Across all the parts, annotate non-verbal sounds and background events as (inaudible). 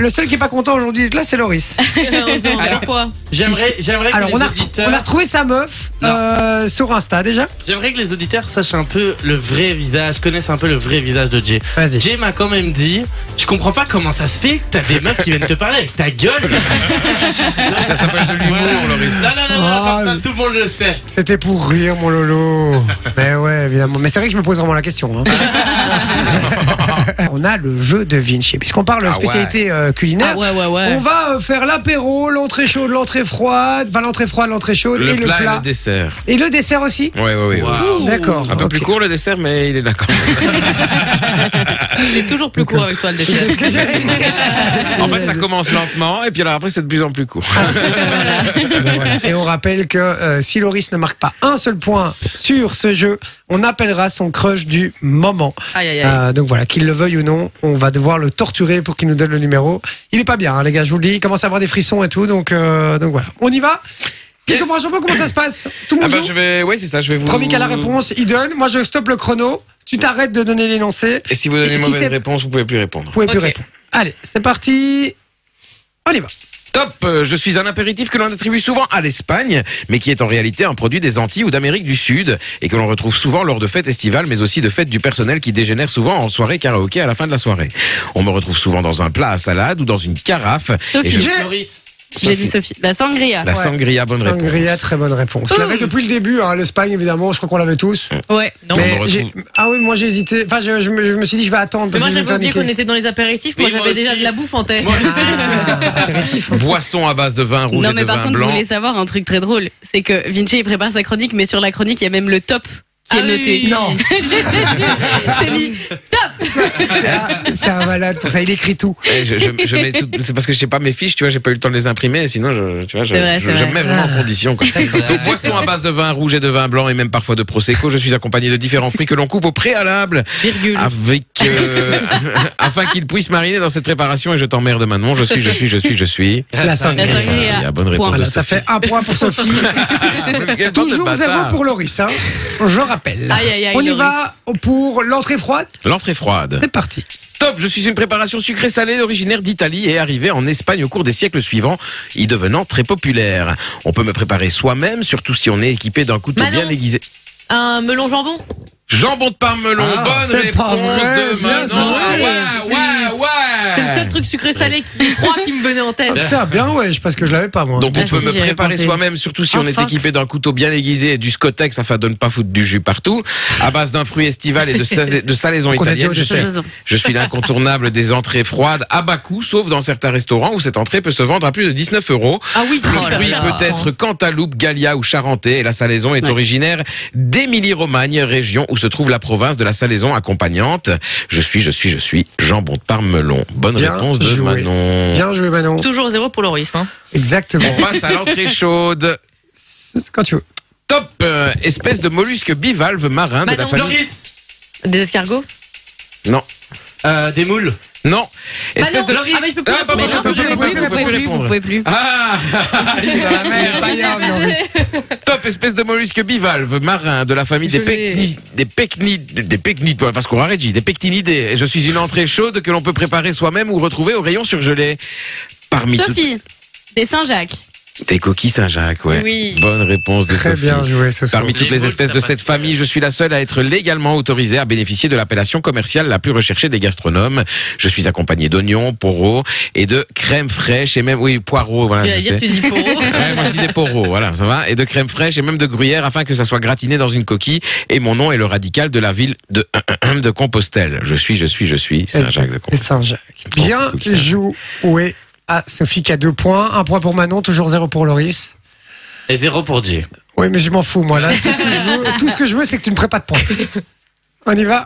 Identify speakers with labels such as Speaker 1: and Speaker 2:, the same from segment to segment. Speaker 1: Le seul qui est pas content aujourd'hui d'être là, c'est
Speaker 2: (laughs)
Speaker 1: Loris.
Speaker 3: Alors, quoi
Speaker 4: J'aimerais, j'aimerais que
Speaker 1: Alors,
Speaker 4: les
Speaker 1: on a,
Speaker 4: auditeurs,
Speaker 1: on a retrouvé sa meuf
Speaker 4: Non.
Speaker 1: euh, sur Insta déjà.
Speaker 4: j'aimerais que les auditeurs sachent un peu le vrai visage, connaissent un peu le vrai visage de Jay.
Speaker 1: Vas-y.
Speaker 4: Jay m'a quand même dit, je comprends pas comment ça se fait que t'as des meufs qui viennent te parler avec ta gueule.
Speaker 2: Ça s'appelle de l'humour, Loris.
Speaker 4: Non, non, non, non, à part ça,
Speaker 1: Oh.
Speaker 4: tout le monde le sait.
Speaker 1: C'était pour rire, mon (laughs) Lolo. Mais ouais, évidemment. Mais c'est vrai que je me pose vraiment la question. hein. (laughs) on a le jeu de Vinci. Puisqu'on parle
Speaker 2: Ah ouais.
Speaker 1: spécialité euh, culinaire,
Speaker 3: Ah ouais, ouais,
Speaker 1: on
Speaker 3: ouais.
Speaker 1: va euh, faire l'apéro, l'entrée chaude, l'entrée froide, enfin l'entrée froide, l'entrée chaude
Speaker 2: Le
Speaker 1: et
Speaker 2: plat
Speaker 1: le
Speaker 2: et
Speaker 1: plat.
Speaker 2: le dessert.
Speaker 1: Et le dessert aussi
Speaker 2: Ouais, ouais, ouais. ouais.
Speaker 4: Waouh.
Speaker 3: Ouh.
Speaker 1: D'accord.
Speaker 2: Un peu
Speaker 1: ok. (laughs)
Speaker 2: plus court le dessert, mais il est là quand même.
Speaker 3: Il est toujours plus court avec toi, le dessert.
Speaker 1: C'est ce que j'allais dire.
Speaker 2: En fait, ça commence lentement, et puis alors après, c'est de plus en plus court.
Speaker 1: Ben
Speaker 3: (laughs)
Speaker 1: voilà. Et on rappelle que euh, si Loris ne marque pas un seul point sur ce jeu, on appellera son crush du moment.
Speaker 3: Aïe, aïe, aïe.
Speaker 1: Euh, donc voilà, qu'il le veuille ou non, on va devoir le torturer pour qu'il nous donne le numéro. Il est pas bien, hein, les gars, je vous le dis. Il commence à avoir des frissons et tout. Donc, euh, donc voilà, on y va. Question pour un champion, comment ça se passe Tout le
Speaker 2: Ah
Speaker 1: monde
Speaker 2: bah,
Speaker 1: joue
Speaker 2: je vais. Ouais, c'est ça, je vais vous.
Speaker 1: Promis qu'à la réponse, il donne. Moi, je stoppe le chrono. Tu t'arrêtes de donner l'énoncé.
Speaker 2: Et si vous donnez
Speaker 1: Et
Speaker 2: une
Speaker 1: si
Speaker 2: mauvaise
Speaker 1: c'est-
Speaker 2: réponse, vous pouvez plus
Speaker 1: Vous
Speaker 2: répondre.
Speaker 1: pouvez plus
Speaker 3: Ok.
Speaker 1: répondre. Allez, c'est parti. On y va.
Speaker 2: Top euh, Je suis un apéritif que l'on attribue souvent à l'Espagne, mais qui est en réalité un produit des Antilles ou d'Amérique du Sud, et que l'on retrouve souvent lors de fêtes estivales, mais aussi de fêtes du personnel qui dégénère souvent en soirée karaoké à la fin de la soirée. On me retrouve souvent dans un plat à salade ou dans une carafe.
Speaker 3: Sophie.
Speaker 2: et je-
Speaker 3: J'ai-
Speaker 1: Eh.
Speaker 4: Loris,
Speaker 3: J'ai dit Sophie. La sangria.
Speaker 2: La
Speaker 1: Ouais.
Speaker 2: sangria, bonne réponse.
Speaker 1: Sangria, très bonne réponse. Je l'avais
Speaker 3: Hum.
Speaker 1: depuis le début, hein, l'Espagne évidemment, je crois qu'on l'avait tous.
Speaker 3: Ouais, non.
Speaker 2: Mais-
Speaker 3: Mais,
Speaker 2: on le
Speaker 1: j'ai- Ah oui, moi j'ai hésité. Enfin, je, je me, je me suis dit, je vais attendre. Parce
Speaker 3: moi,
Speaker 1: que je vais
Speaker 3: j'avais oublié qu'on
Speaker 1: me
Speaker 3: était dans les apéritifs. Moi,
Speaker 4: Oui, moi
Speaker 3: j'avais déjà
Speaker 4: aussi.
Speaker 3: de la bouffe en tête.
Speaker 4: moi aussi.
Speaker 3: (laughs)
Speaker 1: faire (laughs) niquer. Ah, apéritif.
Speaker 2: Boisson à base de vin rouge
Speaker 5: Non,
Speaker 2: et
Speaker 5: mais
Speaker 2: de
Speaker 5: par
Speaker 2: vin
Speaker 5: contre,
Speaker 2: blanc.
Speaker 5: vous voulez savoir un truc très drôle C'est que Vinci, il prépare sa chronique, mais sur la chronique, il y a même le top qui
Speaker 3: Ah
Speaker 5: est noté.
Speaker 3: oui. (laughs)
Speaker 1: Non,
Speaker 5: C'est mis.
Speaker 1: c'est un- c'est un malade pour ça, il écrit tout.
Speaker 2: Eh, je- je- je mets tout- C'est parce que je sais pas mes fiches, tu vois, j'ai pas eu le temps de les imprimer. Sinon, je, tu vois, je,
Speaker 5: C'est vrai,
Speaker 2: je-
Speaker 5: c'est
Speaker 2: je
Speaker 5: vrai.
Speaker 2: mets vraiment en
Speaker 5: (laughs)
Speaker 2: condition. quoi. Donc, boisson à base de vin rouge et de vin blanc et même parfois de prosecco. Je suis accompagné de différents fruits que l'on coupe au préalable
Speaker 3: Virgule.
Speaker 2: avec euh, (laughs) afin qu'ils puissent mariner dans cette préparation. Et je t'emmerde, Manon. Je suis, je suis, je suis, je suis.
Speaker 1: La sangria.
Speaker 5: La sangria.
Speaker 2: bonne réponse.
Speaker 5: Point.
Speaker 2: de
Speaker 1: Voilà, ça
Speaker 2: Sophie.
Speaker 1: fait un point pour
Speaker 2: (laughs)
Speaker 1: Sophie.
Speaker 2: Quelle bande de
Speaker 1: Toujours zéro
Speaker 2: bâtards.
Speaker 1: pour Loris, hein. je rappelle.
Speaker 5: Aïe, aïe, aïe,
Speaker 1: On y
Speaker 5: Loris.
Speaker 1: va pour l'entrée froide,
Speaker 2: L'entrée froide.
Speaker 1: c'est parti.
Speaker 2: Top, je suis une préparation sucrée-salée originaire d'Italie et arrivée en Espagne au cours des siècles suivants, y devenant très populaire. On peut me préparer soi-même, surtout si on est équipé d'un couteau
Speaker 3: Manon.
Speaker 2: bien aiguisé.
Speaker 3: Un melon jambon.
Speaker 2: Jambon de parmelon,
Speaker 1: Ah,
Speaker 2: bonne
Speaker 1: c'est pas
Speaker 2: réponse
Speaker 1: vrai,
Speaker 2: de
Speaker 1: bien
Speaker 2: Manon.
Speaker 3: joué.
Speaker 2: Ah ouais, ouais, ouais.
Speaker 3: C'est le seul truc sucré-salé qui froid qui me venait en tête.
Speaker 1: Ah, putain, bien ouais, je- parce que je l'avais pas moi.
Speaker 2: Donc on
Speaker 5: Ah,
Speaker 2: peut
Speaker 5: si,
Speaker 2: me
Speaker 5: j'y avais
Speaker 2: préparer
Speaker 5: pensé.
Speaker 2: soi-même, surtout si on est
Speaker 3: Enfin.
Speaker 2: équipé d'un couteau bien aiguisé et du scotex afin de ne pas foutre du jus partout, à base d'un fruit estival et de, sa- de salaison
Speaker 1: Qu'on a dit au
Speaker 2: italienne. Je suis,
Speaker 1: dessert.
Speaker 2: je suis l'incontournable des entrées froides à bas coût, sauf dans certains restaurants où cette entrée peut se vendre à plus de 19 euros.
Speaker 3: Ah oui,
Speaker 2: Le
Speaker 3: oh là
Speaker 2: fruit
Speaker 3: là.
Speaker 2: peut être Cantaloupe, Gallia ou Charentais et la Salaison est originaire d'Émilie-Romagne, région où se trouve la province de la Salaison accompagnante. Je suis, je suis, je suis jambon de parmelon. Bonne
Speaker 1: Bien
Speaker 2: réponse de
Speaker 1: joué.
Speaker 2: Manon.
Speaker 1: Bien joué Manon.
Speaker 3: Toujours zéro pour Loris. Hein.
Speaker 1: Exactement.
Speaker 2: On passe à
Speaker 1: (laughs)
Speaker 2: l'entrée chaude.
Speaker 1: C'est Quand tu veux.
Speaker 2: Top euh, espèce de mollusque bivalve marin de la
Speaker 3: Manon.
Speaker 2: famille.
Speaker 4: Loris,
Speaker 3: Des escargots.
Speaker 2: Non,
Speaker 4: euh, des moules.
Speaker 2: non.
Speaker 3: Manon,
Speaker 2: Espèce de.
Speaker 3: ah, mais je peux plus
Speaker 2: Ah, pardon,
Speaker 3: répondre.
Speaker 2: je peux
Speaker 3: Mais non,
Speaker 2: plus
Speaker 3: vous
Speaker 2: répondre, je peux
Speaker 3: pouvez
Speaker 2: plus
Speaker 3: plus, vous
Speaker 2: répondre.
Speaker 3: pouvez plus.
Speaker 2: Ah, (laughs) il est dans la merde.
Speaker 1: Taillard, Loris.
Speaker 2: Top espèce de mollusque bivalve marin de la famille des
Speaker 3: Je l'ai.
Speaker 2: pectinides, des pectinides, des pectinides, parce qu'on arrête, j'ai dit, des pectinidés. Je suis une entrée chaude que l'on peut préparer soi-même ou retrouver au rayon surgelé. Parmi toutes
Speaker 5: Sophie, des Saint-Jacques.
Speaker 2: des coquilles Saint-Jacques, ouais.
Speaker 3: Oui.
Speaker 2: Bonne réponse de
Speaker 1: Très
Speaker 2: Sophie.
Speaker 1: bien joué ce soir.
Speaker 2: Parmi toutes les
Speaker 4: Les
Speaker 2: espèces
Speaker 4: boules,
Speaker 2: de
Speaker 4: ça
Speaker 2: cette
Speaker 4: passe
Speaker 2: famille, je suis la seule à être légalement autorisée à bénéficier de l'appellation commerciale la plus recherchée des gastronomes. Je suis accompagné d'oignons, poros et de crème fraîche et même, oui, poireaux, voilà.
Speaker 3: J'allais
Speaker 2: Ah, je sais.
Speaker 3: dire, tu dis pour.
Speaker 2: (laughs) Ouais, moi je dis des poros, voilà, ça va. Et de crème fraîche et même de gruyère afin que ça soit gratiné dans une coquille. Et mon nom est le radical de la ville de, (clears throat) de Compostelle. Je suis, je suis, je suis Saint-Jacques de
Speaker 1: Et
Speaker 2: Compostelle.
Speaker 1: Saint-Jacques. Bien
Speaker 2: Beaucoup qui
Speaker 1: joué à Sophie qui a deux points. Un point pour Manon, toujours zéro pour Loris.
Speaker 4: Et zéro pour Jay.
Speaker 1: Oui, mais je m'en fous, moi. Là, tout ce que je veux, tout ce que je veux, c'est que tu ne prennes pas de points. On y va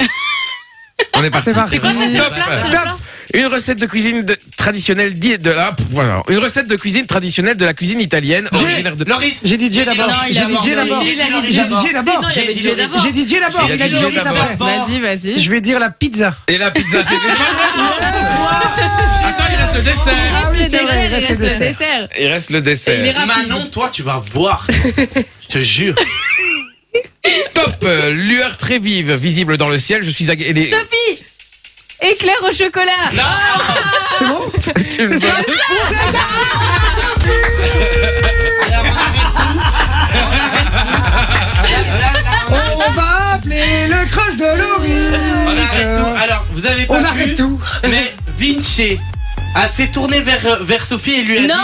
Speaker 2: On est parti.
Speaker 1: C'est
Speaker 3: C'est
Speaker 1: parti.
Speaker 3: quoi ça, c'est le
Speaker 2: Top.
Speaker 3: plat, c'est le
Speaker 2: Top.
Speaker 3: plat
Speaker 2: Une recette de cuisine de- traditionnelle di- de la, pff, voilà. Une recette de cuisine traditionnelle de la cuisine italienne originaire de
Speaker 4: Loris,
Speaker 1: J'ai DJ d'abord.
Speaker 4: Non,
Speaker 1: J'ai DJ d'abord.
Speaker 3: Il a dit
Speaker 1: J'ai DJ d'abord.
Speaker 3: Non, il y avait
Speaker 4: J'ai
Speaker 3: Dieu
Speaker 4: dit
Speaker 3: d'abord.
Speaker 1: J'ai DJ d'abord.
Speaker 2: Il a
Speaker 1: Il a dit
Speaker 2: dit
Speaker 1: Loris
Speaker 2: d'abord.
Speaker 1: après.
Speaker 5: Vas-y, vas-y.
Speaker 1: Je vais dire la pizza.
Speaker 2: et la pizza. C'est
Speaker 3: Ah.
Speaker 2: Attends, il reste le dessert.
Speaker 1: Ah oui, c'est vrai,
Speaker 5: il
Speaker 1: reste le dessert.
Speaker 2: Il reste le
Speaker 3: Et il est
Speaker 2: dessert.
Speaker 3: rapide.
Speaker 4: Manon, toi, tu vas
Speaker 1: (laughs)
Speaker 4: voir. Je te jure.
Speaker 2: Top. euh, Lueur très vive, visible dans le ciel. Je suis agréé.
Speaker 5: Sophie Éclair au chocolat.
Speaker 1: C'est bon
Speaker 2: Tu me vois.
Speaker 1: On va appeler le crush de
Speaker 4: On arrête tout.
Speaker 1: Laurie.
Speaker 4: Alors, vous avez pas
Speaker 1: Euh. On
Speaker 4: vu,
Speaker 1: arrête tout.
Speaker 4: mais Vinci a s'est tourné vers, vers Sophie et lui a dit
Speaker 5: Non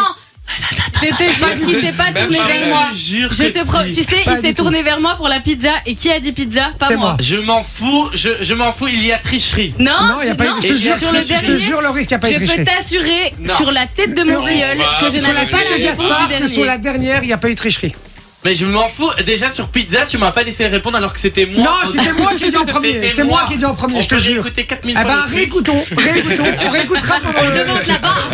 Speaker 5: Je te jure qu'il s'est pas tourné
Speaker 4: Je
Speaker 5: vers
Speaker 4: te
Speaker 5: moi.
Speaker 4: jure
Speaker 5: Je
Speaker 4: que
Speaker 5: te pro-
Speaker 4: si.
Speaker 5: tu sais,
Speaker 1: Pas
Speaker 5: il
Speaker 1: du
Speaker 5: s'est
Speaker 1: tout.
Speaker 5: tourné vers moi pour la pizza. Et qui a dit pizza Pas
Speaker 1: C'est
Speaker 5: moi.
Speaker 1: moi.
Speaker 4: Je m'en fous, je, je m'en fous, il y a tricherie.
Speaker 5: Non,
Speaker 1: Non, il y a pas eu. Je
Speaker 5: Oh, non,
Speaker 1: te
Speaker 4: Et
Speaker 1: jure,
Speaker 5: sur le
Speaker 1: je te
Speaker 5: dernier,
Speaker 1: jure, Laurie, qu'il n'y a pas eu
Speaker 5: je
Speaker 1: de
Speaker 5: peux
Speaker 1: tricherie.
Speaker 5: t'assurer
Speaker 4: Non.
Speaker 5: sur la tête de mon
Speaker 1: Laurie,
Speaker 5: filleul
Speaker 6: bah,
Speaker 5: que je
Speaker 6: sur
Speaker 1: Sur la
Speaker 5: n'avais pas
Speaker 1: dernière,
Speaker 5: la réponse du
Speaker 1: Gaspard, que sur la
Speaker 5: dernier.
Speaker 1: dernière, il n'y a pas eu de tricherie.
Speaker 4: Mais je m'en fous, déjà sur pizza, tu m'as pas laissé répondre alors que c'était moi.
Speaker 1: Non, c'était moi qui ai dit en premier.
Speaker 4: C'était
Speaker 1: C'est moi qui ai dit en premier,
Speaker 4: On
Speaker 1: je te
Speaker 4: peut
Speaker 1: jure.
Speaker 4: réécouter 4000
Speaker 1: Eh
Speaker 4: fois
Speaker 1: ben,
Speaker 4: le truc.
Speaker 1: réécoutons, réécoutons, on
Speaker 5: (laughs)
Speaker 4: (laughs)
Speaker 1: réécoutera pendant
Speaker 5: On demande
Speaker 1: le...
Speaker 5: la barre.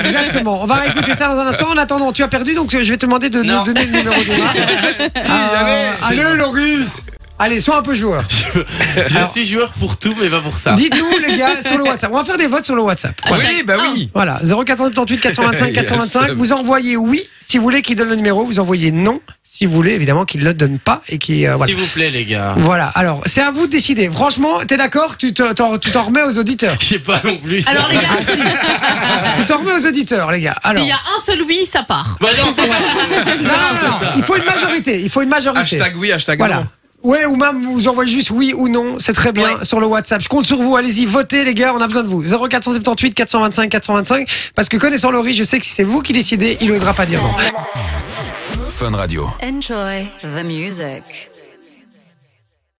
Speaker 1: Exactement, on va réécouter ça dans un instant. En attendant, tu as perdu, donc euh, je vais te demander de nous
Speaker 4: Non.
Speaker 1: donner le numéro de
Speaker 4: (laughs)
Speaker 1: marque. Euh,
Speaker 4: j'avais, c'est
Speaker 1: Allez, Loris Allez, sois un peu joueur.
Speaker 4: Je
Speaker 1: Alors-
Speaker 4: suis joueur pour tout, mais pas pour ça.
Speaker 1: Dites-nous, les gars, sur le WhatsApp. On va faire des votes sur le WhatsApp.
Speaker 2: Oui, bah
Speaker 3: Ah.
Speaker 2: oui.
Speaker 1: Voilà, 0478
Speaker 4: (laughs)
Speaker 1: 425
Speaker 2: Il y a
Speaker 1: 425.
Speaker 2: le
Speaker 1: Vous envoyez oui si vous voulez qu'il donne le numéro, vous envoyez non si vous voulez évidemment qu'il ne le donne pas et qui voilà.
Speaker 4: S'il vous plaît, les gars.
Speaker 1: Voilà, alors c'est à vous de décider. Franchement, t'es d'accord Tu te- t'en tu t'en remets aux auditeurs.
Speaker 4: Je sais pas non plus. ça.
Speaker 5: Alors
Speaker 1: (laughs)
Speaker 5: les gars,
Speaker 1: tu t'en remets aux auditeurs, les gars. Alors,
Speaker 5: s'il y a un seul oui, ça part.
Speaker 4: Bah non, c'est pas-
Speaker 1: non, non, non, non, il faut une majorité. Il faut une majorité.
Speaker 2: Hashtag oui, hashtag
Speaker 1: Voilà.
Speaker 2: non.
Speaker 1: Ouais, ou même vous envoyez juste oui ou non, c'est très bien sur le WhatsApp. Je compte sur vous, allez-y, votez les gars, on a besoin de vous. 0478 425 425, parce que connaissant Laurie, je sais que si c'est vous qui décidez, il n'osera pas dire non.
Speaker 7: Enjoy the music.